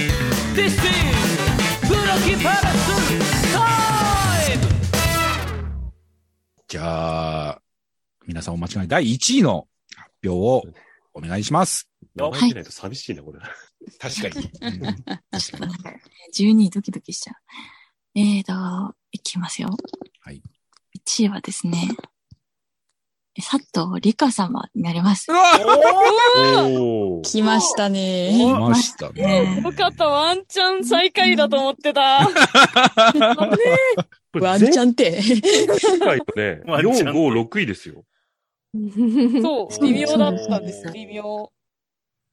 This is ブロッキパラスタイムじゃあ、皆さんお間違いない第1位の発表をお願いします。名前出ないと寂しいな、これ。確かに。そうなんだよね。12位ドキドキしちゃう。えーと、いきますよ。はい。 1位はですね、佐藤理香様になりますう。わおー。来ましたね。来ましたね。よかった、ワンチャン最下位だと思って た。これワンチ前ャン って。回とね、ワンチャ4、ン5、6位ですよ。そう、微妙だったんです、微妙。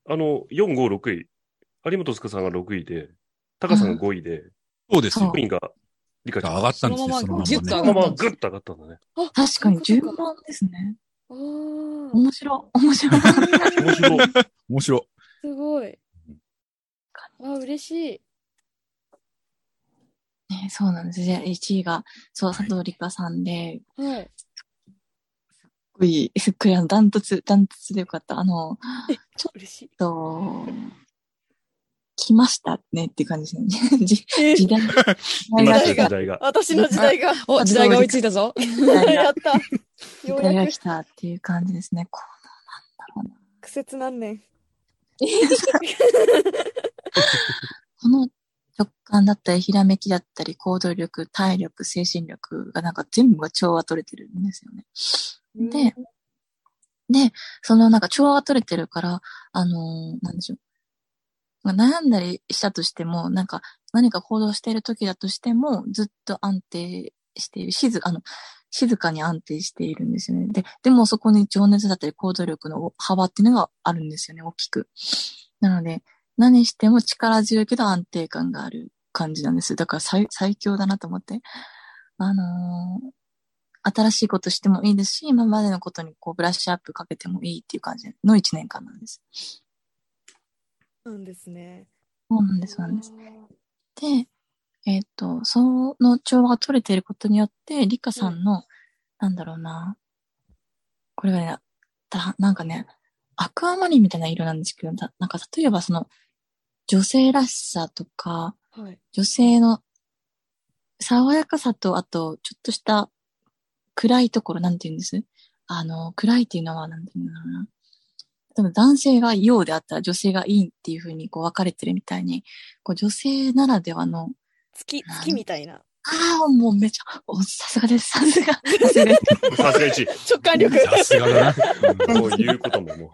あの、4、5、6位。有本塚さんが6位で、タカさんが5位で、そうですよク。イーンがリカちゃん。上がったんですよ、そのままギュッとね。ま上あまあ、がったんですぐっと上がったんだね。確かにそういう順ことか番ですね。あー面白い、面白い。面白い。面白い。すご い。あ、嬉しい。 ね、そうなんです。で1位が、そう、佐藤理香さんで、はい。すっごい、すっごい、あの、ダントツ、ダントツでよかった。あの、嬉しい。えっと、来ましたねっていう感じですね。 時え時代、今時の代時が、代が。私の時代が、お、時代が追いついたぞ。時代 がやった。時よう代やがく来たっていう感じですね。この、なんだろ苦節何年。うな。この直感だったり、ひらめきだったり、行動力、体力、精神力がなんか全部が調和取れてるんですよね。で、で、そのなんか調和が取れてるから、あのーなんでしょう。まあ悩んだりしたとしても、なんか何か行動している時だとしても、ずっと安定している。静、あの、静かに安定しているんですよね。で、でもそこに情熱だったり行動力の幅っていうのがあるんですよね、大きく。なので、何しても力強いけど安定感がある感じなんです。だから最最強だなと思って。あのー新しいことしてもいいですし、今までのことにこうブラッシュアップかけてもいいっていう感じの1年間なんです。なんですね。そうなんです、そうなんです。で、えっ、と、その調和が取れていることによって、リカさんの、なんだろうな、これがね、たなんかね、アクアマリンみたいな色なんですけど、たなんか例えばその、女性らしさとか、はい。女性の爽やかさと、あと、ちょっとした暗いところ、なんて言うんですあの、暗いっていうのは、なんて言うんだろうな。例えば男性が陽であったら女性が陰っていう風にこう分かれてるみたいに、こう女性ならではの、月、月みたいな。ああ、もうめちゃ、おさすがです、さす が。さすがですさすが1直感力。さすがだな。位。もう言うこともも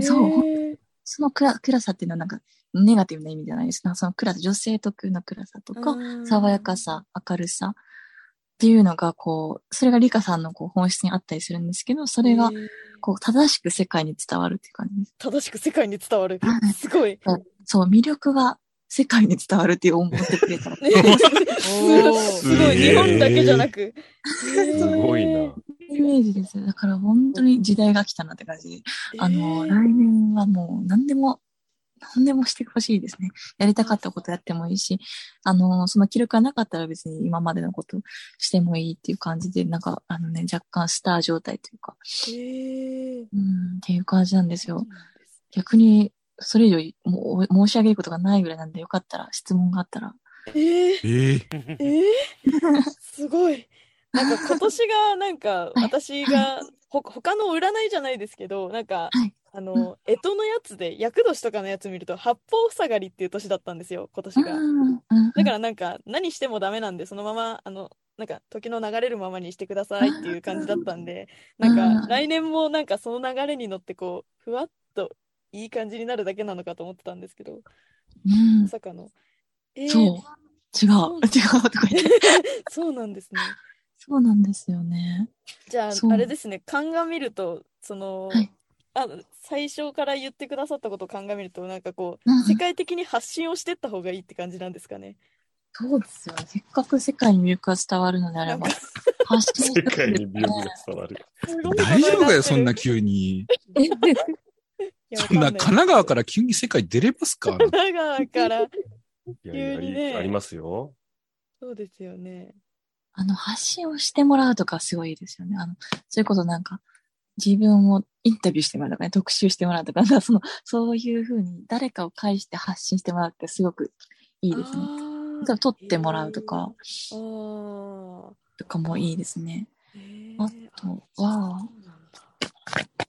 そう。う。その暗暗さっていうのはなんか、ネガティブな意味じゃないですか。その暗さ、女性特有の暗さとか、爽やか。さ、明るさっていうのが、こう、それがリカさんのこう本質にあったりするんですけど、それが、、こう、正しく世界に伝わるっていう感じです。正しく世界に伝わるはい。すごい。。そう、魅力が世界に伝わるって思ってくれたらすごい。すげえ日本だけじゃなく。う。すすごいな。。イメージですよ。だから本当に時代が来たなって感じで。あの、来年はもう何でも、何でもしてほしいですね。やりたかったことやってもいいし、あの、その記録がなかったら別に今までのことしてもいいっていう感じで、なんか、あのね、若干スター状態というか、へえ。うん、っていう感じなんですよ。逆に、それ以上もう申し上げることがないぐらいなんで、よかったら、質問があったら。ええ。ええ。えー、すごい。なんか今年がなんかい私がほ他の占いじゃないですけどなんかはいあうの干支のやつで厄年とかのやつ見ると八方塞がりっていう年だったんですよ今年が。うんだからなんか何してもダメなんでそのままあのなんか時の流れるままにしてくださいっていう感じだったんでうんなんうかん来年もなんかその流れに乗ってこうふわっといい感じになるだけなのかと思ってたんですけどうんま、さかの。えーそう。違う、違う、とか言って。そうなんですね。そうなんですよね。じゃそうあ、あれですね、鑑みると、そのはい、あの最初から言ってくださったことを鑑みると、なんかこうんうう、ん世界的に発信をしてった方がいいって感じなんですかね。そうですよね。せっかく世界に魅力が伝わるのであれば、発 信して世界に美容が伝わる。すごい 大丈夫かよ、そことになんなって急に。え、でるそんな神奈川から急に世界出れますかいやわかんない神奈川から、いやいや急にいねい、ありますよ。そうですよね。あの、発信をしてもらうとかすごいいいですよね。あの、それこそなんか、自分をインタビューしてもらうとかね、特 集してもらうとか、なんかその、そういうふうに誰かを介して発信してもらうってすごくいいですね。あ例えば取ってもらうとか、あーとかもいいですね。へーあとはそうなんだ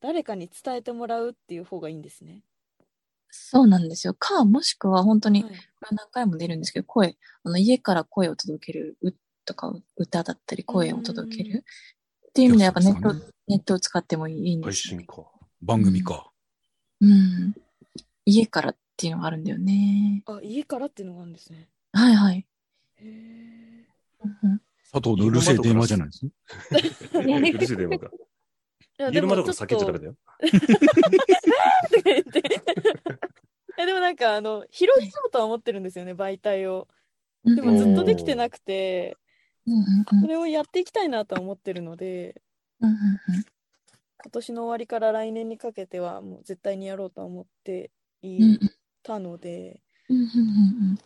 誰かに伝えてもらうっていう方がいいんですね。そうなんですよ。か、もしくは本当に、こはいれ何回も出るんですけど、声、あの、家から声を届ける、うとか、歌だったり、声を届けうんる。っていう意味で、やっぱネット、ねネットを使ってもいいんで配すよね信。か。番組か。うん。家からっていうのがあるんだよね。あ、家からっていうのがあるんですね。はいはい。へーうん佐藤のうるせえ電話じゃないですね。うるせえ電話か。いや家でのも窓ちかょらっ酒じゃダメとだよ。 えでもなんかあの広げようとは思ってるんですよね媒体をうん。でもずっとできてなくてうんうんうんそれをやっていきたいなとは思ってるのでうんうんうん今年の終わりから来年にかけてはもう絶対にやろうとは思ってうんうんいたので、うんうんうん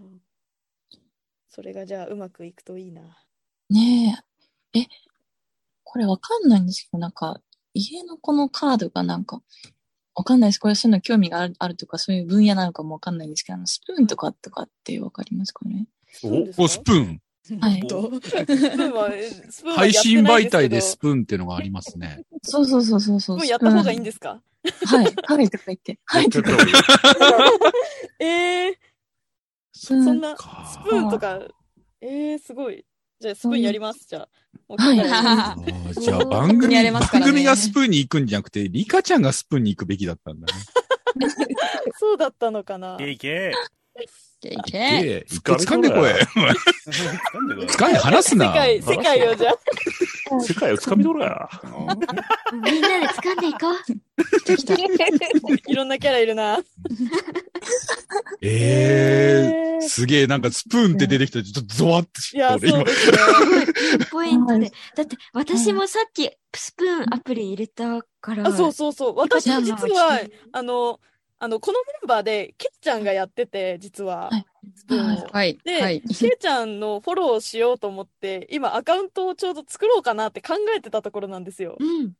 うんそれがじゃあうまくいくといいな。うんねえ。え、これわかんないんですけど、なんか、家のこのカードがなんか、わかんないです。これそういうの興味があるあるとか、そういう分野なのかもわかんないんですけど、あのスプーンとかとかってわかりますかねスプーンですかお、スプーン。はい。 とスプーンはスプーンは配やっ信てない媒体ですスけど。プーンっていうのがありますね。そうそうそうそうそスう。プーンやった方がいいんでです かす。はい。はいとか言 って。はいとか言って。えー、そうんそんなかスプーンとか、えー、すごい。じゃあ、スプーンやります、じゃあ。もうはい機会にあーじゃあ番組、やれますから番ね組がスプーンに行くんじゃなくて、リカちゃんがスプーンに行くべきだったんだ そうだったのかな。いけいけ。いね。け。ええ、一個掴んでこい。なんでこれ掴んで話す世な。界、世界をじ ゃあ。世界をつかみ取ろや。みんなで掴んでいこう。きたいろんなキャラいるな。えええ、すげえ、なんかスプーンって出てきたらちょっとゾワッとしいや、俺今そうですね。ポイントで。だって、私もさっき、スプーンアプリ入れたから。あ、そうそうそう。私、リカちゃん実のは、あの、あの、このメンバーで、ケイちゃんがやってて、実ははい。スプーンをはい。で、はい。 ケイちゃんのフォローしようと思って、今、アカウントをちょうど作ろうかなって考えてたところなんですよ。うん。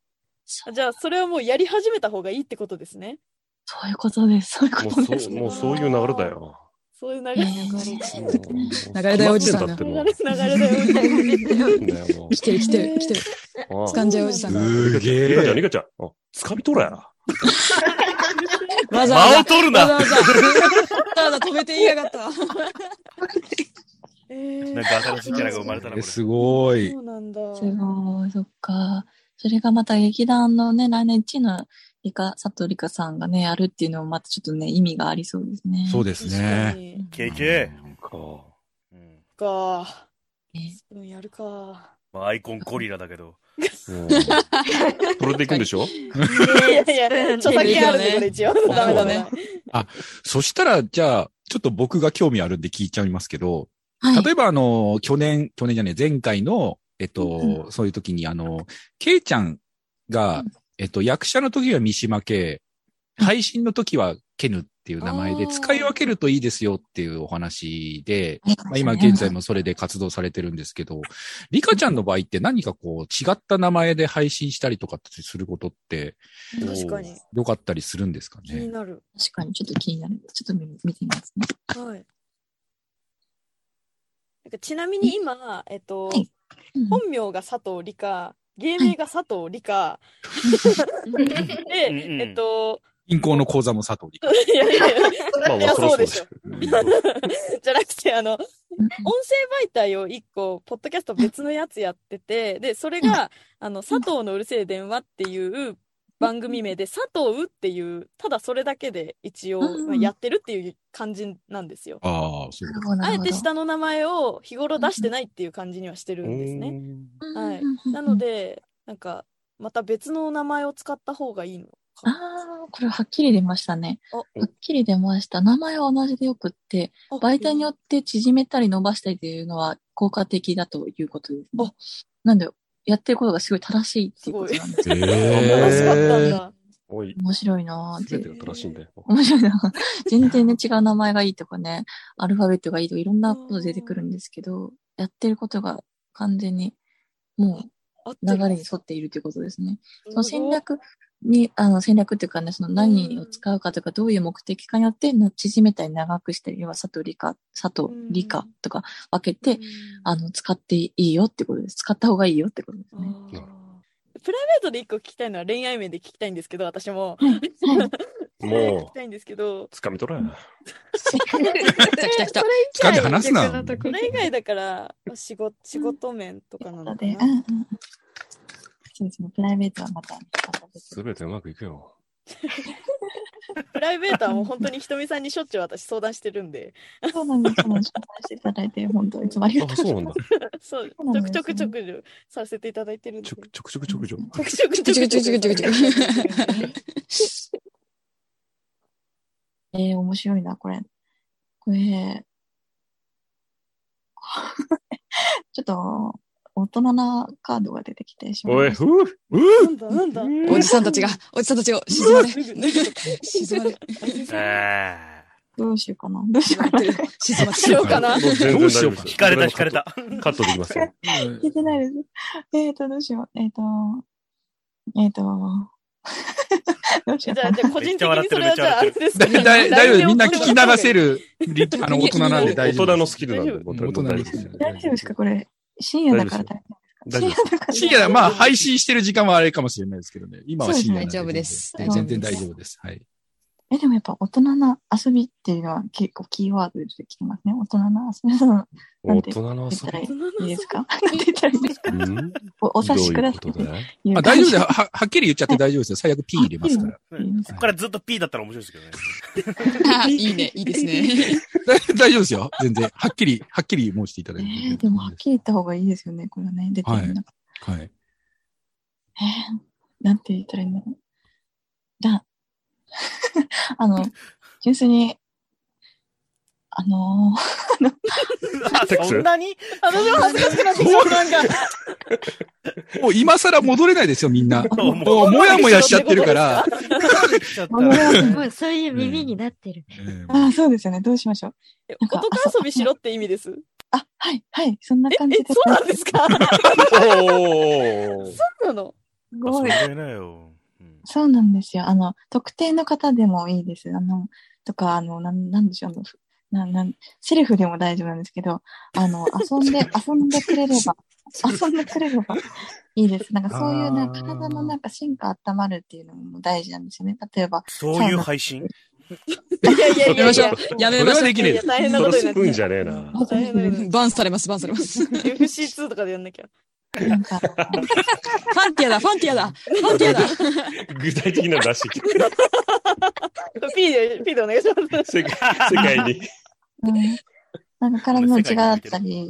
じゃあ、それはもうやり始めた方がいいってことですね。そういうことです。そういうもことうですそう、。もうそういう流れだよ。そういう流えれ。ー 流れだよおじさんだだって流もれう。流れだよみたいな。なんだよも来てる来てる来てる。う ああ掴んじゃうおじさんだ。すリカちゃん、げえ。リカちゃん。あ掴み取れや。わざわざ。間を取るわざなわざ。わざわざ止めて言いやがった。えーなんか新しいキャラが生まれたな、これ。すごいそ。うなんだ。すごい、そっか。それがまた劇団のね、来年1位のリカ、佐藤リカさんがね、やるっていうのもまたちょっとね、意味がありそうですね。そうでです確かね。に。いけいけ。なんか、うんか。ねスプーンやるか。まあ、アイコンゴリラだけど。うんそれで行くんでしょいやいや、スプ著ーン作権あるんで、これ一応。ダメダメ。そしたら、じゃあ、ちょっと僕が興味あるんで聞いちゃいますけど、はい。例えば、あの、去年、去年じゃねえ、前回の、えっと、そういう時に、あの、ケイちゃんがう、えっと、役者の時は三島ケイ、配信の時はケヌっていう名前で、あー使い分けるといいですよっていうお話で、ありがまあ、とうござい今ます現在。もそれで活動されてるんですけど、リカちゃんの場合って何かこう、違った名前で配信したりとかってすることって、確かに。良かったりするんですか気にね。なる。確かにちょっと気になる。ちょっと見見てみますね。はい。なんかちなみに今、えっと、はいうん本名が佐藤理香、芸名が佐藤理香、 で、うんうんえっと、銀行の口座も佐藤リカ。いやいやいや、まあいやそうでしょ。忘れじゃなくて、あの、うん音声媒体を一個、ポッドキャスト別のやつやってて、で、それが、あの、佐藤のうるせえ電話っていう番組名で、佐藤っていう、ただそれだけで一応、うんまあやってるっていう感じなんですよ。ああ、そうなるほど、なあるえほてど。下の名前を日頃出してないっていう感じにはしてるそうでんですしょね。うんはいうんうんなので、なんか、また別の名前を使った方がいいのかあな。あ、これはっきり出ましたね。おはっきり出ました。名前は同じでよくって、媒体によっって縮めたり伸ばしたりというのは効果的だということですね。なんで、やってることがすごい正しいっていうことなんです。えてえ楽しかったんだ。おい、面白いなーっすべて。てが正しいんだよ。面白いな。全然ね、違う名前がいいとかね、アルファベットがいいとか、いろんなこと出てくるんですけど、やってることが完全に、もうあっ流れに沿っているということですね。その戦略に、あの、戦略っていうかね、その何を使うかとか、どういう目的かによって、な縮めたり長くしたり、要は佐藤理科、佐藤理科とか分けて、あの、使っていいよってことです。使った方がいいよってことですね。あープライベートで一個聞きたいのは恋愛面で聞きたいんですけど、私も。聞もきたいんですけどう、、つかみ取らん。た 来た来たそれ以掴外んで話すな逆とここれ以外だから、仕事、仕事面とかな なのので、かうんうんな。うん。そうですね、プライベートはまた、すべてうまくいくよ。プライベートはもう本当にひとみさんにしょっちゅう私相談してるんで、そうなんです、そうなんです。紹介していただいて、本当にいつもありがとあ、うそうなございんまだす。。そう、ちそうなんょでくすちょくねちょくさせていただいてるんで。ちょくちょくちょくちょくちょく。ちょくちょくちょくちょくちょくちょくちょくえー、面白いな、これ。これ、 ちょっと、大人なカードが出てきてしまおい、ました。ふう、ふなうんだなんだ。おじさんたちが、おじさんたちを静まれ。静まれ。あどうしようかな。どうし ようかな。静ましれようかな。全然どうしようか大丈夫ですー引かれた引かれた。カットできますよ。聞いてないです。えっ、ー、と、どうしよう。えっ、ー、と、えっ、ー、と、 どうしじよゃあ、うかな。じゃあ個人的にそれはじゃあ、あれですだかだね大丈夫みんな聞き流せ。る、りあの、大人なんで大大丈夫。人のスキルなんで、大もう人大で丈す夫よ。大丈夫ですかこれ、深夜だから大大丈丈夫夫でですか。深夜だ、まあ、配信してる時間はあれかもしれないですけどね。今は深夜なんそうですね全然大丈夫です。はい。え、でもやっぱ大人な遊びっていうのは結構キーワードで出てきてますね。大人な遊び。そう大人の言った遊らい大人いので すかなんて言ったらいいですかび。うん おおどう察しくいだうさこいとだいいうあ、感大丈夫じですは、ははっきり言っちゃって大丈夫ですよ。最悪 P 入れます から。こからずっと P だったら面白いですけどね。いいね、いいですね。 大大丈夫ですよ。全然。はっきり、はっきり申していただいて。えーでもはっきり言った方がいいですよね、これはね。出てるの。はい。えーなんて言ったらいいんだろう。だ、 あの、純粋に、あのー、あそんなに私も恥ずかしくなってきちゃった、なんか。もう今更戻れないですよ、みんな。ももう、もやもやしちゃってるから。来ちゃっ物た。語もうそういう耳になってる。えああ、そうですよね。どうしましょう。え男遊びしろって意味です。あ、はい、はい、そんな感え、じで。そうなんですかおーそうなのすあそごれいぐ。らいなよ。うんそうなんですよ。あの、特定の方でもいいです。あの、とか、あの、なん、なんでしょう、あの、ふな、なん、セルフでも大丈夫なんですけど、あの、遊んで、遊んでくれれば、遊んでくれればいいです。なんかそういうな、あー体のなんか芯が温まるっていうのも大事なんですよね。例 えば、そういう配信いやいやいややめまいしょやう。。やめましそれはでょきねえいや大変なそことれになっスプーンちじ ゃう。ゃねえな。大変なことにう。 バンされます、バンされます。フ FC2 とかでやんなきゃ。なんか、ァンティアだ、ファンティアだ、ファンティ アだ。具体的なの出してきて P で、P でお願いします。 世界世界に。うんなんか体の内側だったり、う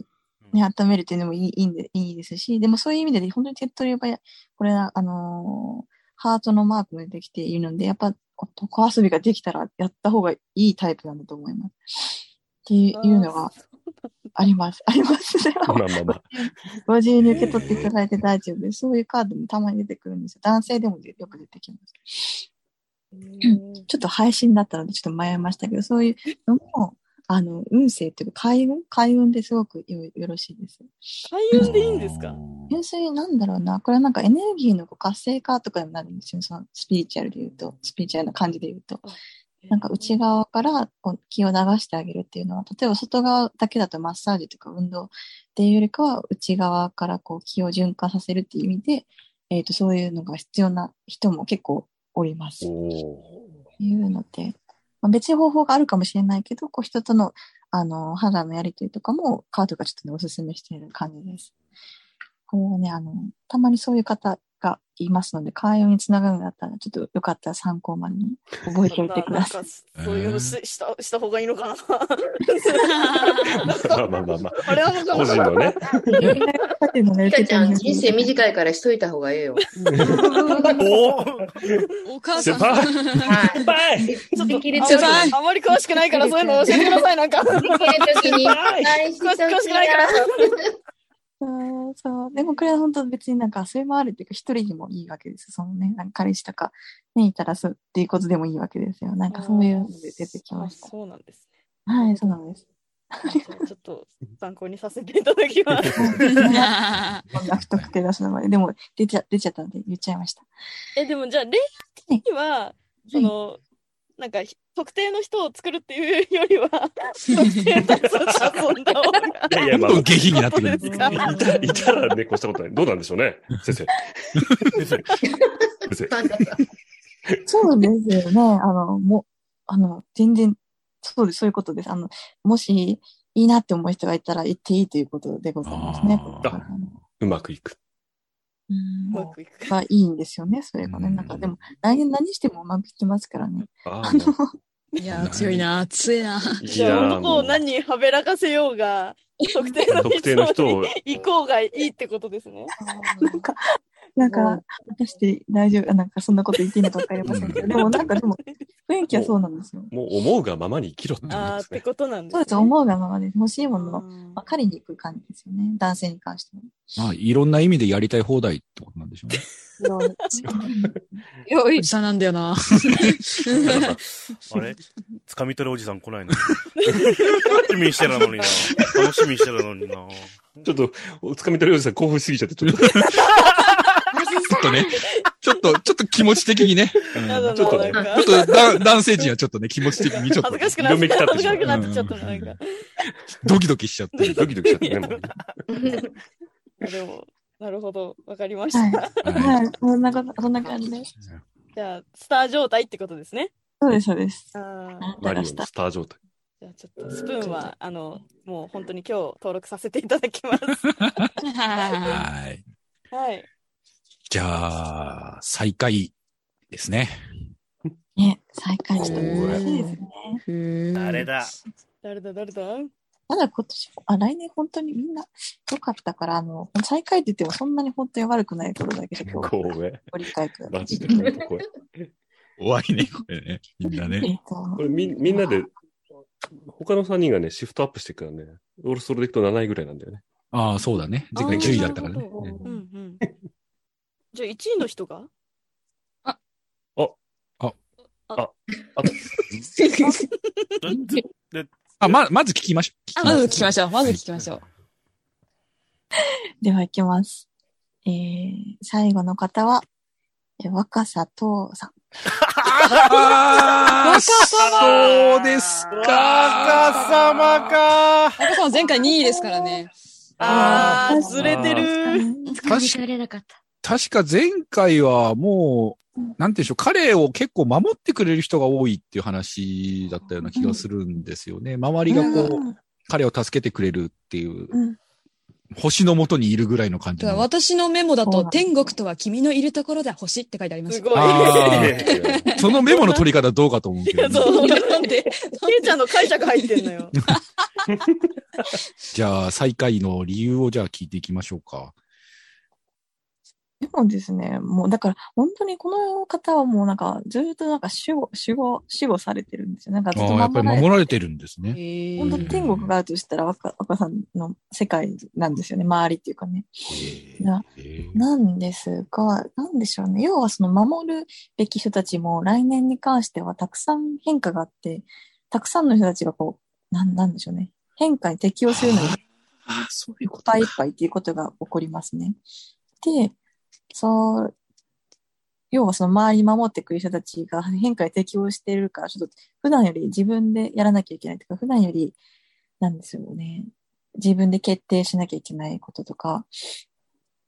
んね、温めるっていうのもいいいいんでいいですし、でもそういう意味で、本当に手っ取り早い、これは、あのーハートのマークもできているので、やっぱ、男遊びができたらやった方がいいタイプなんだと思います。っていうのがあります。あります。まあまあまあ。ご自由に受け取っていただいて大丈夫です。そういうカードもたまに出てくるんですよ。男性でもよく出てきます。ちょっと配信だったのでちょっと迷いましたけど、そういうのも、あの、運勢っていうか、開運開運ですごくよよろしいです。開運でいいんですか純粋になんだろうな、これはなんかエネルギーのこう活性化とかにもなるんですよ。そのスピリチュアルで言うと、スピリチュアルな感じで言うと。なんか内側からこう気を流してあげるっていうのは、例えば外側だけだとマッサージとか運動っていうよりかは、内側からこう気を循環させるっていう意味で、えっ、と、そういうのが必要な人も結構おります。おいうので、まあ、別に方法があるかもしれないけど、こう人との、あの、肌のやりとりとかもカードがちょっとね、おすすめしている感じです。これはね、あの、たまにそういう方がいますので、会話につながるんだったら、ちょっとよかったら参考までに覚えておいてくだなさい。んかそういうのししたした方がいいのかな。 ーまあまあまあまあれはもうあ。個人のね。っていうのねピカちゃん、人受生けてるんです短いからしといた方がええよ。おーお母さ先ん。輩はい。バイでできるあ時に、あまり詳しくないからそういうの教えてください、なんか。できる時に、愛しときな少し少しないから そうそう。でもこれは本当別になんか、それもあるっていうか、一人でもいいわけです。そのね、なんか彼氏とか、ね、いたらそうっていうことでもいいわけですよ。なんかそういうので出てきましたあ。そうなんですね。はい、そうなんです。ちょっと参考にさせていただきます。 こんな不特定多数の前で。でも、出ちゃ、出ちゃったんで言っちゃいました。え、でもじゃあ恋愛的には、その、なんかひ特定の人を作るっていうよりは、特定の人と遊んだ方が。いやどいや、んま どん下品になってくるそ。うですかあ、いたいたら猫したことない。どうなんでしょうね、先生。先生。先パンダさんそうですよね。あの、も、あの、全然、そうです、そういうことです。あの、もし、いいなって思う人がいたら言っていいということでございますね。あーこれからも生。うまくいく。うんうまくいくか。がいいんですよね、それがね。うんなんか、でも、来年何してもうまくいってますからね。あああ、ものう、 いやー、強いな、強いな。いじゃあや男をもう何人はべらかせようが、特定の人特定の人をに行こうがいいってことですね。なんか、なんうかん、果たして大丈夫、なんかそんなこと言っていいのかわかりませんけど、でもなんかでも、雰囲気はそうなんですよ。もう思うがままに生きろってあ思あいーでっすてね。ことなんです、そうね。です、思うがままで欲しいものをうん分かりに行く感じですよね、男性に関しても。まあ、いろんな意味でやりたい放題ってことなんでしょうね。いや、おじさんなんだ よな。あれ掴み取るおじさん来ないの楽しみにしてるのにな。楽しみにしてるのにな。ちょっと、おつかみ取りおじさん興奮しすぎちゃって、ちょっと、ちちょっとね、ちょっと、ちょっと気持ち的 にね。うんやだなちょっとね、なんかちょっとだ男性陣はちょっとね、気持ち的にちょ恥っとずかしくなっ色めきて、立って恥しずまうかしくなってちょっとなんか。ドキドキしちゃって。 ドキドキしちゃってね、もう。でも、なるほど、わかりました。はい。ははいい。そんなこと、そんな感じです。じゃあ、スター状態ってことですね。そうです、そうです。ああ。はいマリオのスター状態。じゃあちょっとスプーンは、あの、もう本当に今日登録させていただきます。はい。 はい。じゃあ、再開ですね。ね、再開してもらいいですね。あれだ。誰だ誰だただ今年、あ、来年本当にみんな良かったから、あの、再開って言ってもそんなに本当に悪くないことだけで、今日、ごめん。ご理解くださマい。ジで、ほんと怖い。怖いね、これね。みんなね。えっとこれみん、みんなで、他の3人がね、シフトアップしていくからね、俺それでいくと7位ぐらいなんだよね。ああ、そうだね。前回あー9位だったからね。なるほどううんんうん。じゃあ1位の人があと、あ、ま、まず聞きましょう。まず聞きましょう。まず聞きましょう。では、いきます。えー、最後の方は、え若さとうさん。ああ、そうですか。若様か中さんは前回2位ですから ね。ああー、ーずれてる。う掴み取れなかった。確か前回はもう、なんていうんでしょう、彼を結構守ってくれる人が多いっていう話だったような気がするんですよね。周りがこう、ん彼を助けてくれるっていう、うん星の元にいるぐらいの感じただの。私のメモだそうと、なんです天国とは君のいるところで星って書いてありますす。ごい。あ ーええそのメモの取り方どうかと思うけいや、ど、そう。ななんんでケでイちゃんの解釈入ってんのよ。じゃあ最下位の理由をじゃあ聞いていきましょうか。でもですね、もうだから本当にこの方はもうなんかずっとなんか守護、守護、守護されてるんですよ。なんかずっあとあ、やっぱり守守られられてるんですね。へ本当に天国があるとしたら若若さんの世界なんですよね。周りっていうかね。なへえなんですが、なんでしょうね。要はその守るべき人たちも来年に関してはたくさん変化があって、たくさんの人たちがこう、なんなんでしょうね。変化に適応するのにああ、そういういこっとかぱいいっぱいっていうことが起こりますね。で、そう、要はその周り守ってくれる人たちが変化に適応してるから、ちょっと普段より自分でやらなきゃいけないとか、普段より、なんですよね。自分で決定しなきゃいけないこととか、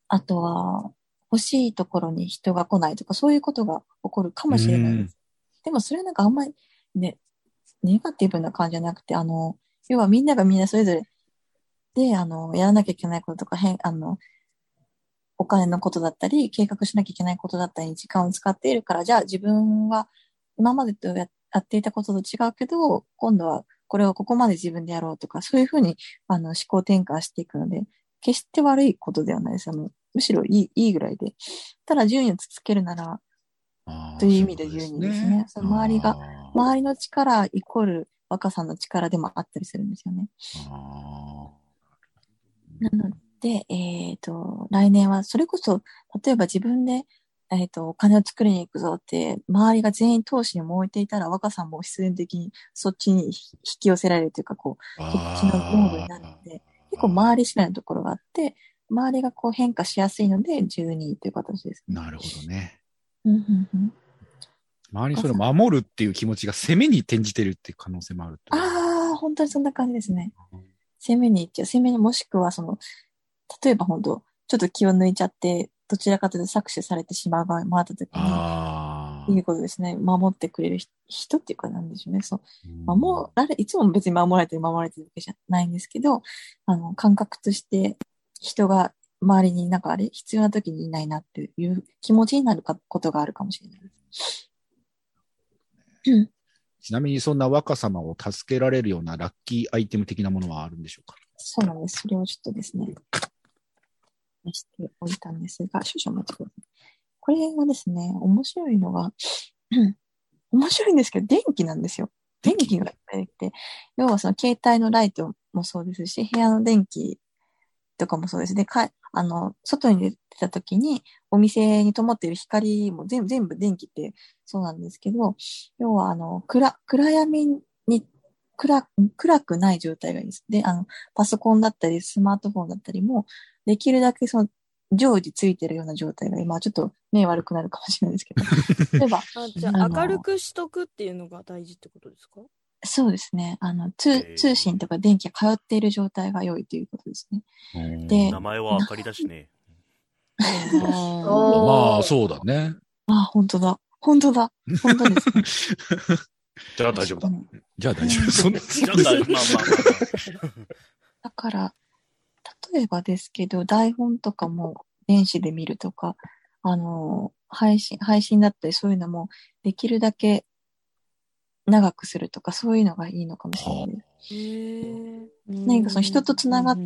あとは、欲しいところに人が来ないとか、そういうことが起こるかもしれないです。でもそれはなんかあんまり、ね、ネガティブな感じじゃなくて、あの、要はみんながみんなそれぞれで、あの、やらなきゃいけないこととか、変、あの、お金のことだったり、計画しなきゃいけないことだったりに時間を使っているから、じゃあ自分は今までとややっていたことと違うけど、今度はこれをここまで自分でやろうとか、そういうふうに、あの、思考転換していくので、決して悪いことではないです。あの、むしろいい、いいぐらいで。ただ順位をつけるなら、ああという意味で言うんですねその周りが。そういうこと周りの力イコール若さの力でもあったりするんですよね。ですねああなので、えっ、と、来年はそれこそ、例えば自分で、えっと、お金を作りに行くぞって、周りが全員投資に燃えていたら、若さんも必然的にそっちに引き寄せられるというか、こう、そっちのゴールになるので、結構周り次第のところがあって、周りがこう変化しやすいので、12位という形ですね。なるほどね。うんうんうん周りにそれを守るっていう気持ちが攻めに転じてるっていう可能性もあると。ああ、本当にそんな感じですね。攻めに行っちゃう。攻めにもしくは、その、例えば本当ちょっと気を抜いちゃって、どちらかというと搾取されてしまう場合もあった時に、あいいことですね。守ってくれる人人っていうかなんでしょうね。そうあ。守られ、いつも別に守られてる守られてるわけじゃないんですけど、あの、感覚として人が周りになんかあれ、必要な時にいないなっていう気持ちになるかことがあるかもしれないです。うんちなみにそんな若様を助けられるようなラッキーアイテム的なものはあるんでしょうかそうなんです。それをちょっとですね、出しておいたんですが、少々お待ちください。これがですね、面白いのが、うん面白いんですけど、電気なんですよ。電気がいっぱいできて、要はその携帯のライトもそうですし、部屋の電気とかもそうです。で、かあの、外に出た時に、お店に灯っている光も全部、全部電気ってそうなんですけど、要はあの、暗、暗闇に、暗、暗くない状態がいいです。で、あの、パソコンだったり、スマートフォンだったりも、できるだけその、常時ついてるような状態が、今はちょっと目悪くなるかもしれないですけ ど。例え ば、あじゃああの明るくしとくっていうのが大事ってことですかそうですね。あの、通ー通信とか電気が通っている状態が良いということですね。で名前は明かりだしね。おーまあ、そうだね。あ、本当だ。本当だ。本当ですね。じゃあ大丈夫だ。じゃあ大 丈夫。そんな、ちょっと、まあまあまあまだから、例えばですけど、台本とかも電子で見るとか、あの、配信、配信だったりそういうのも、できるだけ長くするとか、そういうのがいいのかもしれないです。へえ。何かその人とつながっ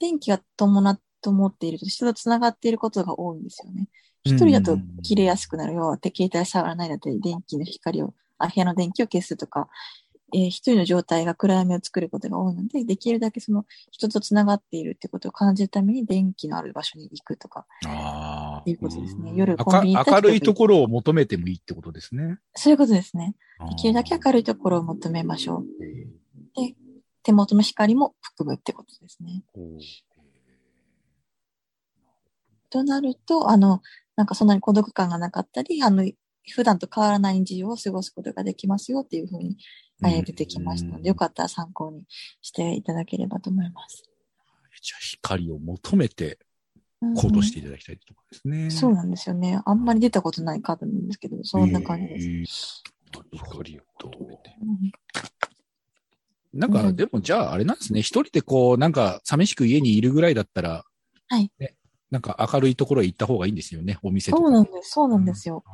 電気が伴っと思っていると人とつながっていることが多いんですよね。うん一人だと切れやすくなる。要は、携帯触らないだったり、電気の光を、あ部屋の電気を消すとか、えー一人の状態が暗闇を作ることが多いので、できるだけその人とつながっているってことを感じるために電気のある場所に行くとか、あっていうことですね。うん夜コンビニ行あ。った明るいとこころを求めてもいいってことですね。そういうことですね。でできるだけ明るいところを求めましょう。で、手元の光も含むってことですね。となると、あの、なんかそんなに孤独感がなかったり、あの、普段と変わらない日常を過ごすことができますよっていうふうに、えー出てきましたので、よかったら参考にしていただければと思います。じゃあ光を求めてうん行動していただきたいってところですね。そうなんですよね。あんまり出たことないカードなんですけど、そんな感じです。す。光を求めて。うんなんか、うんでもじゃああれなんですね。一人でこう、なんか寂しく家にいるぐらいだったら、はいね、なんか明るいところへ行った方がいいんですよね。お店とか。そうなんです、そうなんですよ。あ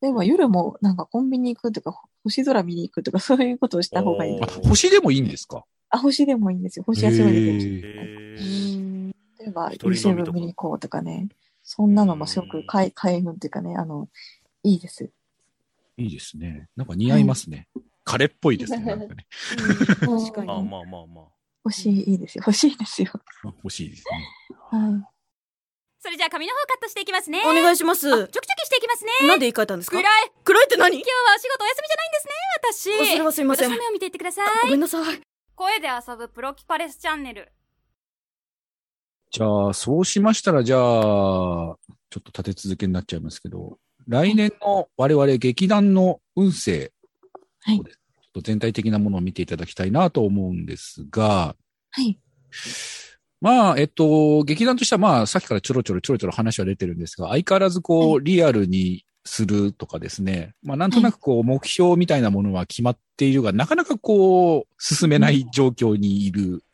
例えば夜もなんかコンビニ行くとか、ほ星空見に行くとか、そういうことをした方がいいおーあー。星でもいいんですかあ、星でもいいんですよ。星はすごい出てるあへうーん例えば、一人飲み YouTube とか見に行こうとかね、そんなのもすごく開開運っていうかね、あの、いいです。いいですね。なんか似合いますね。彼っぽいですね。なんかね うん確かまあに。まあまあまあ。星いいですよ。欲しいですよ。あ欲しいです ね。はい。それじゃあ髪の方カットしていきますねお願いします。ちょきちょきしていきますねなんで言い換えたんですか暗い暗いって何今日はお仕事お休みじゃないんですね私それはすいません私の目を見ていってくださごいめんなさい。声で遊ぶプロキパレスチャンネルじゃあ、そうしましたら、じゃあ、ちょっと立て続けになっちゃいますけど、来年の我々劇団の運勢、はいちょっと全体的なものを見ていただきたいなと思うんですが、はい。まあ、えっと、劇団としては、まあ、さっきからちょろちょろちょろちょろ話は出てるんですが、相変わらずこう、リアルにするとかですね、まあ、なんとなくこう、目標みたいなものは決まっているが、なかなかこう、進めない状況にいる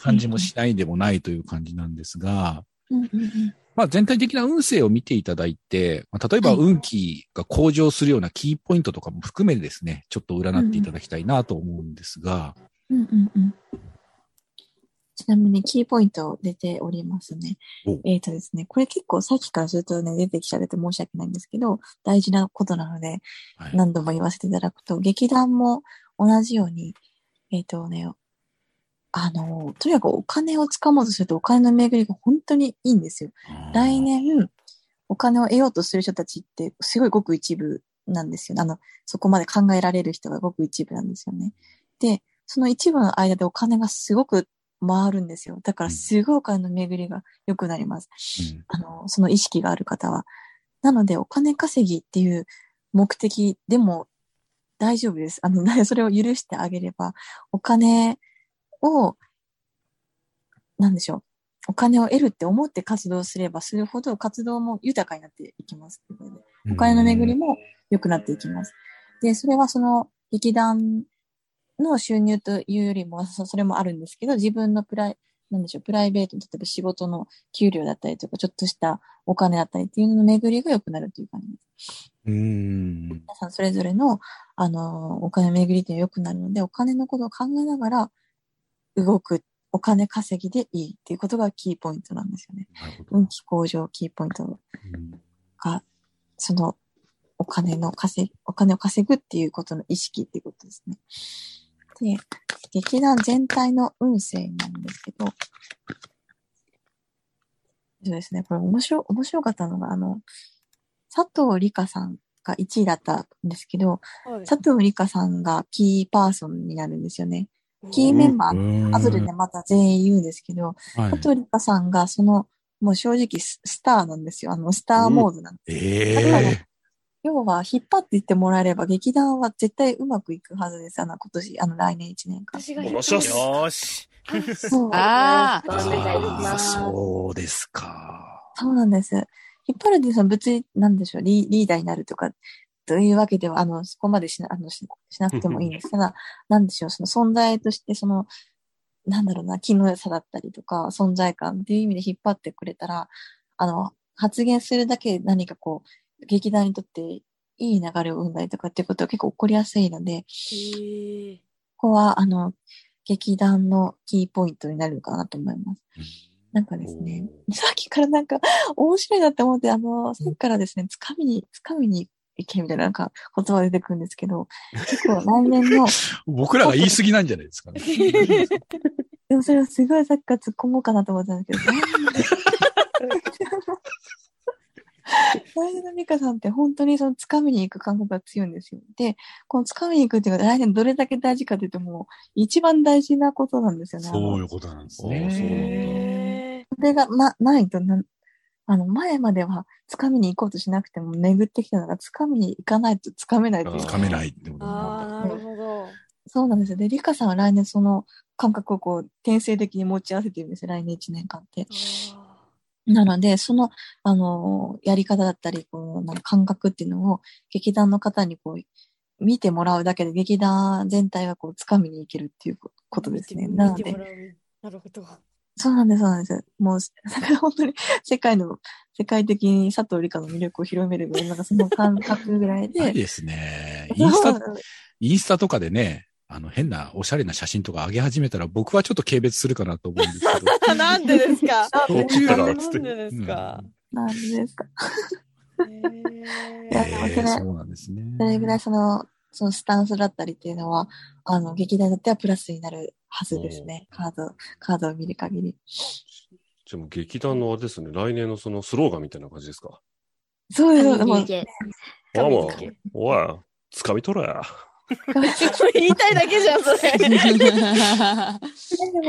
感じもしないでもないという感じなんですが、うんうんうん。まあ、全体的な運勢を見ていただいて、まあ、例えばはい運気が向上するようなキーポイントとかも含めてですね、ちょっと占っていただきたいなと思うんですが、うんうんうん。ちなみにキーポイント出ておりますねお。えっ、とですね、これ結構さっきからずっとね、出てきちゃって申し訳ないんですけど、大事なことなので、はい何度も言わせていただくと、劇団も同じように、えっ、とね、あの、とにかくお金をつかもうとするとお金の巡りが本当にいいんですよ。来年、お金を得ようとする人たちって、すごいごく一部なんですよね。あの、そこまで考えられる人がごく一部なんですよね。で、その一部の間でお金がすごく回るんですよ。だから、すごいお金の巡りが良くなります。あの、その意識がある方は。なので、お金稼ぎっていう目的でも大丈夫です。あの、 なそれを許してあげれば、お金を、なんでしょう。お金を得るって思って活動すればするほど活動も豊かになっていきます。お金の巡りも良くなっていきます。で、それはその劇団の収入というよりも、そそれもあるんですけど、自分のプライ、なんでしょう、プライベートの、例えば仕事の給料だったりとか、ちょっとしたお金だったりっていうのの巡りが良くなるという感じです。うん。皆さんそれぞれの、あの、お金の巡りっていうのが良くなるので、お金のことを考えながら動く、お金稼ぎでいいっていうことがキーポイントなんですよね。なるほど。運気向上キーポイントが、そのお金の稼ぎ、お金を稼ぐっていうことの意識っていうことですね。で、劇団全体の運勢なんですけど、そうですね、これ面白、面白かったのが、あの、佐藤理香さんが1位だったんですけど、はい佐藤理香さんがキーパーソンになるんですよね。キーメンバー、あ後でね、また全員言うんですけど、は佐い。藤理香さんが、その、もう正直ススターなんですよ。あの、スターモードなんです。えだからえ要は、引っ張っていってもらえれば、劇団は絶対うまくいくはずです。あの、今年、あの、来年1年間。私がお願いしますよーし。そう。あお願いしああ、ます。そうですか。そうなんです。引っ張るって、その、物理、なんでしょうリ、リーダーになるとか、というわけでは、あの、そこまでしな、あの、ししなくてもいいんですが、なんでしょう、その存在として、その、なんだろうな、気の良さだったりとか、存在感っていう意味で引っ張ってくれたら、あの、発言するだけで何かこう、劇団にとっていい流れを生んだりとかっていうことは結構起こりやすいので、えここは、あの、劇団のキーポイントになるのかなと思います。なんかですね、 さっきからなんか、面白いなって思って、あの、さっきからですね、つかみに、つかみに行けみたいななんか言葉が出てくるんですけど、結構来年 の、僕らが言い過ぎなんじゃないですかね。でもそれはすごいさっきから突っ込もうかなと思ってたんですけど、 来年のミカさんって本当にそのつかみに行く感覚が強いんですよ。で、このつかみに行くっていうのが来年どれだけ大事かというともう一番大事なことなんですよね。 そういうことなんですおーそうなんね。えそれがなないとな、あの、前までは掴みに行こうとしなくても巡ってきたのが、掴みに行かないと掴めないというつかかめないってことああななるほどそうなんですよ。で、リカさんは来年その感覚をこう、転生的に持ち合わせてるんですよ、来年1年間って。なので、その、あのーやり方だったり、こう、なんか感覚っていうのを、劇団の方にこう、見てもらうだけで、劇団全体がこう、掴みに行けるっていうことですね。なの見てでも、らうなるほどそうなんです、そうなんです。もう、 だから本当に世界の、世界的に佐藤理香の魅力を広めるぐらい、なんかその感覚ぐらいいい で。ですね。インス そうタ、インスタとかでね、あの変なおしゃれな写真とか上げ始めたら僕はちょっと軽蔑するかなと思うんですけど。あなんでですかどっちだなろんうつってでですか、なんですか。えいやでもえそれえそうなんですね。それぐらいその、そのスタンスだったりっていうのは、あの、劇団にとってはプラスになるはずですね。カード、カードを見る限り。じゃあもう劇団のあれですね、来年のそのスローガンみたいな感じですか。そうです、そうです。神もうに行けまあ神まあに行け、おい、掴み取れ。言いたいだけじゃんそれね でも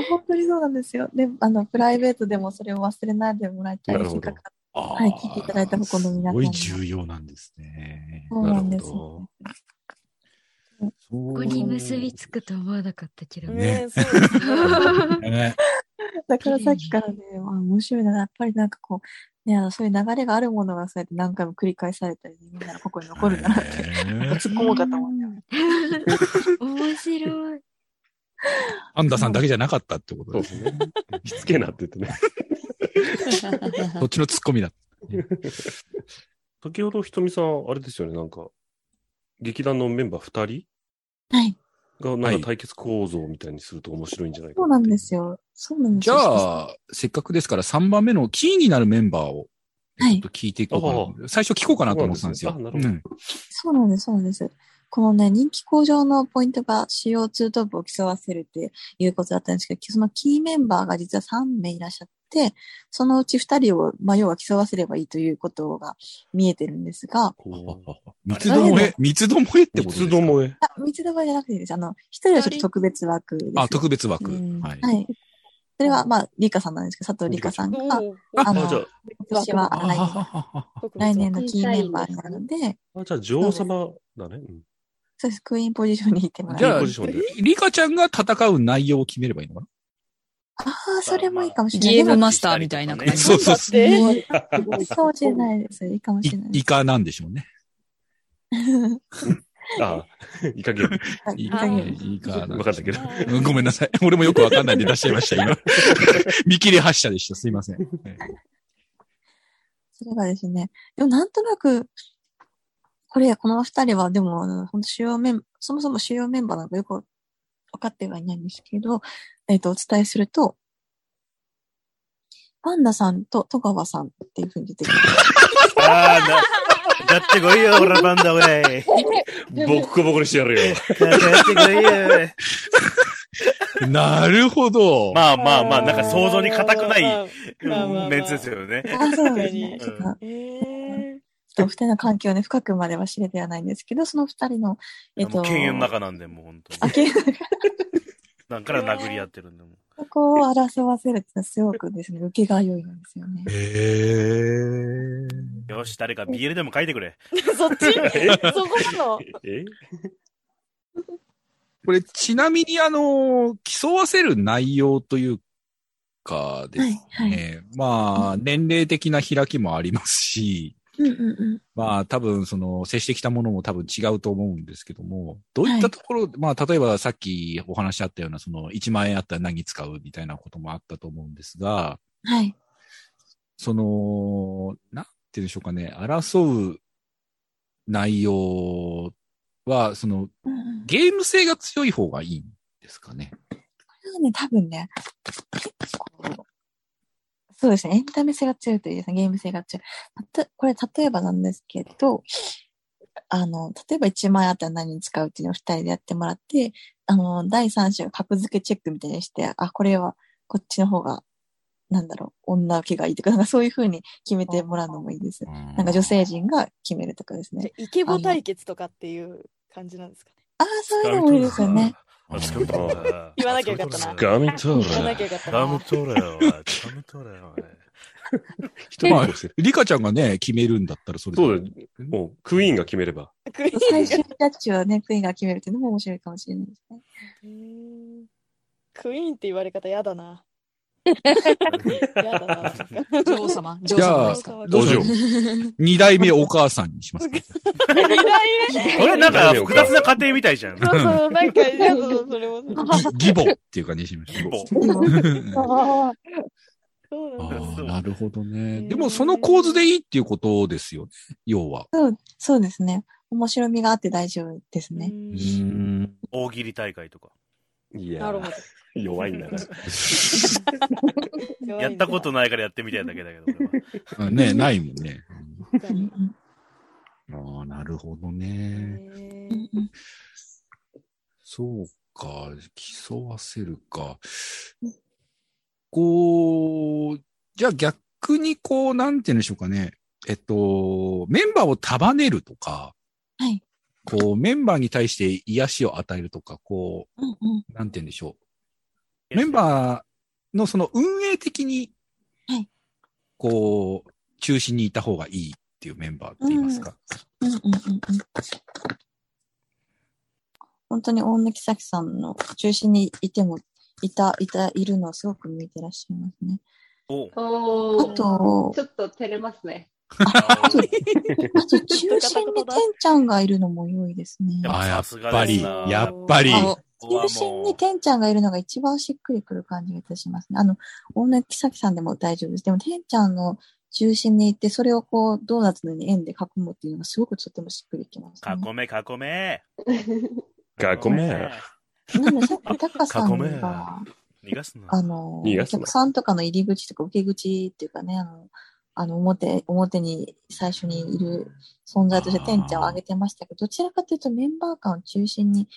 本当にそうなんですよ。で、あの、プライベートでもそれを忘れないでもらいたいなるせほっどかくはい聞いていただいた方の皆さすごんにいは重要なんですね。そうなんですなるほここに結びつくと思わなかったけど。ねねそうですねねだからさっきからね、あ面白いな、やっぱりなんかこう、ね、あのそういう流れがあるものがそうやって何回も繰り返されたり、みんなの心に残るんだなって、え え突っ込もうかと思って。面白い。パンダさんだけじゃなかったってことそでうですすね。ね。しつけえなって言ってね。 そっちのツッコミだった。先ほどひとみさん、あれですよね、なんか、劇団のメンバー2はい。人がはないんか対決構造みたいにすると面白いんじゃないかそうなんですよ。そうなんですじゃよ。あ、せっかくですから3番目のキーになるメンバーをちょはっいと。聞いていこうかな。最初聞こうかなと思ってたんですよ。そうなんですねそうなんです、そうなんです。このね、人気向上のポイントが CO2 トップを競わせるっていうことだったんですけど、そのキーメンバーが実は3名いらっしゃっって、そのうち二人を、まあ、要は競わせればいいということが見えてるんですが、三つどもえ、三つどもえってことですか三つどもえ。あ、三つ玉じゃなくていいです。あの、一人はちょっと特別枠です。あ、特別枠。はい。はい。それは、まあ、リカさんなんですけど、佐藤リカさんが、あの、あじゃあ今年は来年来年のキーメンバーになるので、あ、じゃあ女王様だね。うんそうです。クイーンポジションにいてもらじえるゃあ、リカちゃんが戦う内容を決めればいいのかああ、それもいいかもしれない。ゲームマスターみたいな感なじ。そうそうそう。で もえそう そうじゃないです。いいかもしれないイでカなんでしょうね。 す。あ、 いい加減。いいあいいか。わかったけど。うんごめんなさい。 俺もよくわかんないんで出しちゃいました、今。 見切り発車でした。すいません。それがですね、でもなんとなく、これ、この二人は、でも、あの本当主要メン、そもそも主要メンバーなんかよく分かってはいないんですけど、えっ、と、お伝えすると、パンダさんと戸川さんっていうふうに出てくる。ああ、だ、だってこいよ、ほら、バンダ、おい。だってボッコボコにしてやるよ。こいよおい。なるほど。まあまあまあ、なんか想像に固くないまあまあまあメンツですよね。あ、そうですね。ちょっとえーちょっとお二人の関係をね、深くまでは知れてはないんですけど、その二人の、えっ、もと、う犬猿の中なんで、もう本当あに。犬猿のなんから殴り合ってるんで、もう。そこを争わせるってのはすごくですね、受けが良いんですよね。へーよし、誰か BL でも書いてくれ。そっ ちそこなのえこれ、ちなみに、あの、競わせる内容というかですね。はいはいまあ、年齢的な開きもありますし、うんうんうん。まあ、多分、その、接してきたものも多分違うと思うんですけども、どういったところ、まあ、例えばさっきお話しあったような、その、1万円あったら何使うみたいなこともあったと思うんですが、はい。その、なんていうんでしょうかね、争う内容は、その、うんうんゲーム性が強い方がいいんですかね。これはね、多分ね、結構、そうですね、エンタメ性が強いというですね、ゲーム性が強い。たとこれ、例えばなんですけど、あの、例えば1万円あったら何に使うっていうのを2人でやってもらって、あの、第三者が格付けチェックみたいにして、あ、これはこっちの方が、なんだろう、女受けがいいとか、なんかそういうふうに決めてもらうのもいいです。ななんか女性陣が決めるとかですじゃね。あイケボ対決とかっていう感じなんですかねああ、そういうのもいいですよね。あつかみ取れた言わなきゃよかったなガミト言わなラ。きゃよかったガムな取れよ、おいガム取れよ、おいまあ、リカちゃんがね、決めるんだったらそれでそうだ、もうクイーンが決めれば。クイーン最終ジャッジはね、クイーンが決めるっていうのも面白いかもしれないですね。えークイーンって言われ方やだ な。やだな。女王様。女王様ですか。どうしようお嬢。二代目お母さんにし ますか。二代目 これなんか複雑な家庭みたいじゃん。そうそう、なんか、やだな、それも。ぎ義母っていう感じにしまし ょう。あそうなんだああ、そうなるほどね。んでも、その構図でいいっていうことですよね。要は。そうですね。面白みがあって大丈夫ですね。うーん。大喜利大会とか。いやなるほーど、。 弱いん だな。弱いんだやったことないからやってみたいだけだけど、俺はね、ないもんね。確か にああ、なるほどね。 えうんうんそうか、競わせるか。こう、じゃあ逆にこう、なんて言うんでしょうかね。えっと、メンバーを束ねるとか、はい。こう、メンバーに対して癒しを与えるとか、こうんうんう、なんて言うんでしょう。 メンバーのその運営的にはい、こう、中心にいた方がいいっていうメンバーって言いますか。うんうんうんうん本当に大貫咲さんの中心にいても、いた、いた、いるのをすごく向いてらっしゃいますね。おあおーとち、ょっと照れますね。あーあと中心にてんちゃんがいるのも良いですね。やあ、やさっすがぱでり、すなやっぱり。あここは中心もにうてんちゃんがいるのが一番しっくりくる感じがいたしますね。あの、大貫咲さんでも大丈夫です。でも、てんちゃんの中心に行って、それをこう、ドーナツのように円で囲むっていうのがすごくとてもしっくりきます、ね。囲め、囲め。囲め。なので、さっきタカさん 囲めが、逃がすな。あの、いいおやつだ客さんとかの入り口とか受け口っていうかね、あの、あの表、表に最初にいる存在としてあーてんちゃんを挙げてましたけど、どちらかというとメンバー間を中心に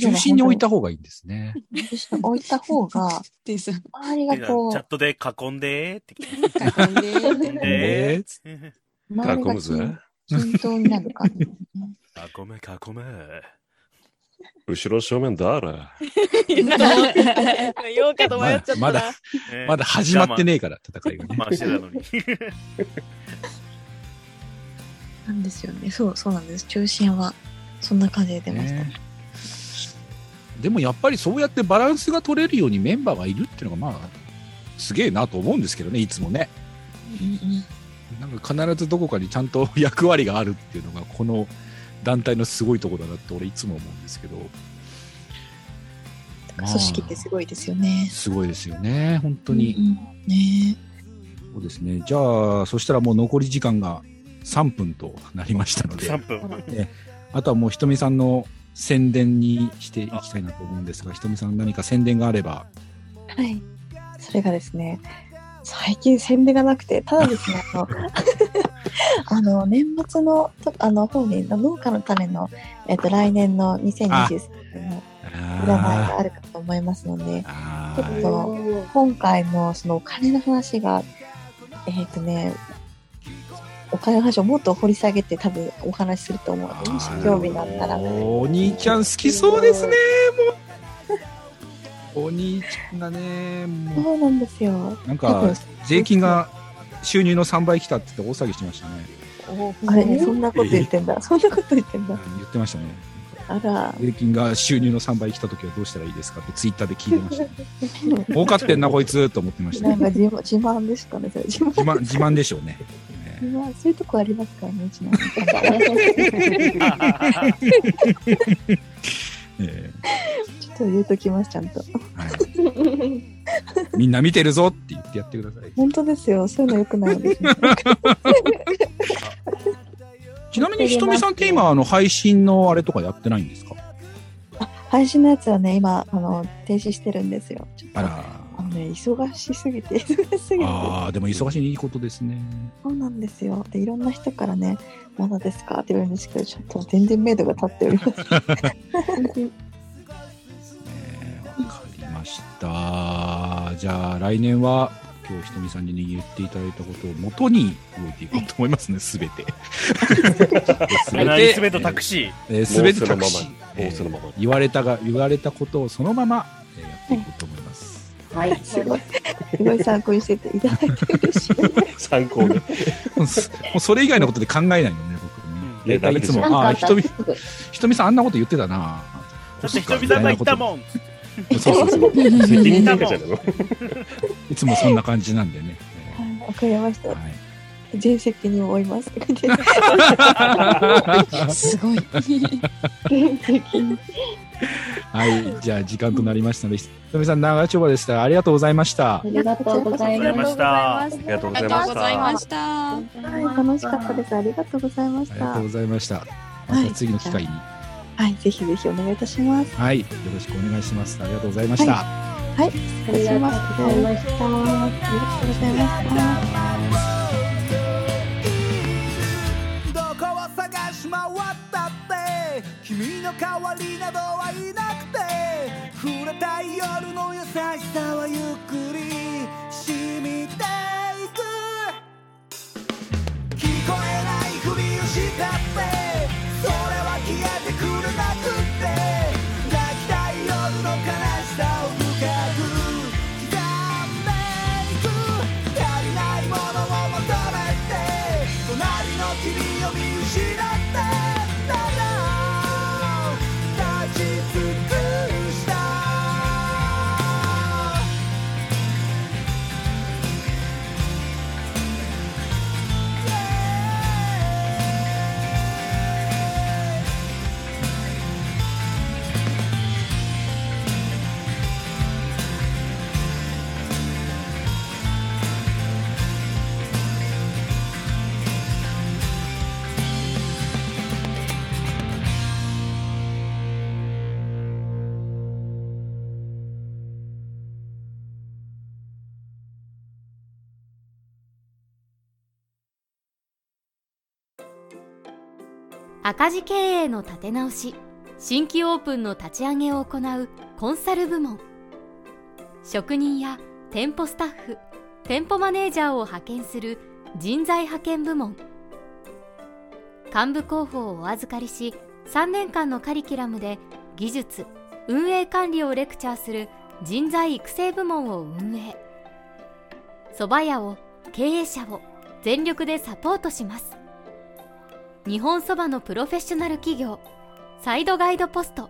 中心に置いた方がいいんですね。中心に置いた方が、 周りがこうチャ、ットで囲んでー って囲んでー囲 んでー周りが均均等になる感じ。囲め囲め。後ろ正面だら。言おうかと迷っちゃったなまだ、まだ始まってねえから、戦いがね。まあして たのに。なんですよね。そう、そうなんです。中心は、そんな感じで出ました。ねでもやっぱりそうやってバランスが取れるようにメンバーがいるっていうのが、まあ、すげえなと思うんですけどね、いつもね。なんか必ずどこかにちゃんと役割があるっていうのが、この団体のすごいとこだなって、俺いつも思うんですけど。組織ってすごいですよね。すごいですよね、本当に。うんねそうですね。じゃあ、そしたらもう残り時間が3分となりましたので、 3分。あとはもうひとみさんの宣伝にしていきたいなと思うんですが、ひとみさん何か宣伝があれば、はい。それがですね、最近宣伝がなくて、ただですね、あの、あの 年末のとあの方に農家のための、えっと、来年の2023年の占いがあるかと思いますので、ちょっと今回のそのお金の話が、えっとね、お金の話をもっと掘り下げて多分お話しすると思うので、もし興味があったら。お兄ちゃん好きそうですね、もう。お兄ちゃんがね、もそうなんですよ。う、なんか、税金が収入の3倍来たって言って大騒ぎしてましたね。あれ、そんなこと言ってんだ。そんなこと言ってんだ。言ってましたね。あら。税金が収入の3倍来た時はどうしたらいいですかってツイッターで聞いてました。 儲かってんな、こいつと思ってました。 な自んか自慢自慢でしたね、それ自慢慢、自慢でしょうね。自慢そういうとこありますからね、うちの。えちょっと言うときます、ちゃんと。えみんな見てるぞって言ってやってください。本当ですよ、そういうのよくないですね。ちなみにひとみさんって 今、あの、配信のあれとかやってないんですか配信のやつはね、今、あの、停止してるんですよ。ちょっとあら、あのね、忙しすぎて、忙しすぎて。ああ、でも忙しいいいことですね。そうなんですよ。で、いろんな人からね、まだですかって言われるんですけど、ちょっと全然メイドが立っております。わかりました。じゃあ来年は今日ひとみさんに言っていただいたことを元に動いていこうと思いますね、すべて。す何すべてタクシえー、全てタクシーえもうそのままー言われたが言われたことをそのまま、えーやっていこうと思い ます。はい、すごい。すごい参考にしてていただいて嬉しい。参 考に。もうそれ以外のことで考えないのね僕ね。いや大体いつもなんかあああーっひたとらみすぐ。ひとみさんあんなこと言ってたな。ー。だってひとみさんが言ったもん。そうそう そう。責任転嫁じゃないのいつもそんな感じなんでね。はいわかりましえーた。はい全責任を負います。 すごい。はい、じゃあ時間となりましたので、ひとみさん長丁場でした。ありがとうございましたあ。りがとうございありがとうございまましたあす。りがとうございまあすりがとうごあざりいがましたはい、とうございま。した。楽しかったです。ありがとうございましありがたとう。ございました。また次の機会に、はい、ぜひぜひお願いいたします。はい、よろしくお願いします。ありがとうございました。はい、失あ礼りしがとうまごした。あざいました。りがとうございました。どこを探し回ったって君の代わりなどはいなくて触れたい夜の優しさはゆっくり染みていく聞こえないふりをしたってそれは消えてくれなくって泣きたい夜の悲しさを深く刻んでいく足りないものを求めて隣の君を見失ってただ立ち尽くした赤字経営の立て直し新規オープンの立ち上げを行うコンサル部門職人や店舗スタッフ店舗マネージャーを派遣する人材派遣部門幹部候補をお預かりし3年間のカリキュラムで技術運営管理をレクチャーする人材育成部門を運営蕎麦屋を経営者を全力でサポートします日本そばのプロフェッショナル企業サイドガイドポスト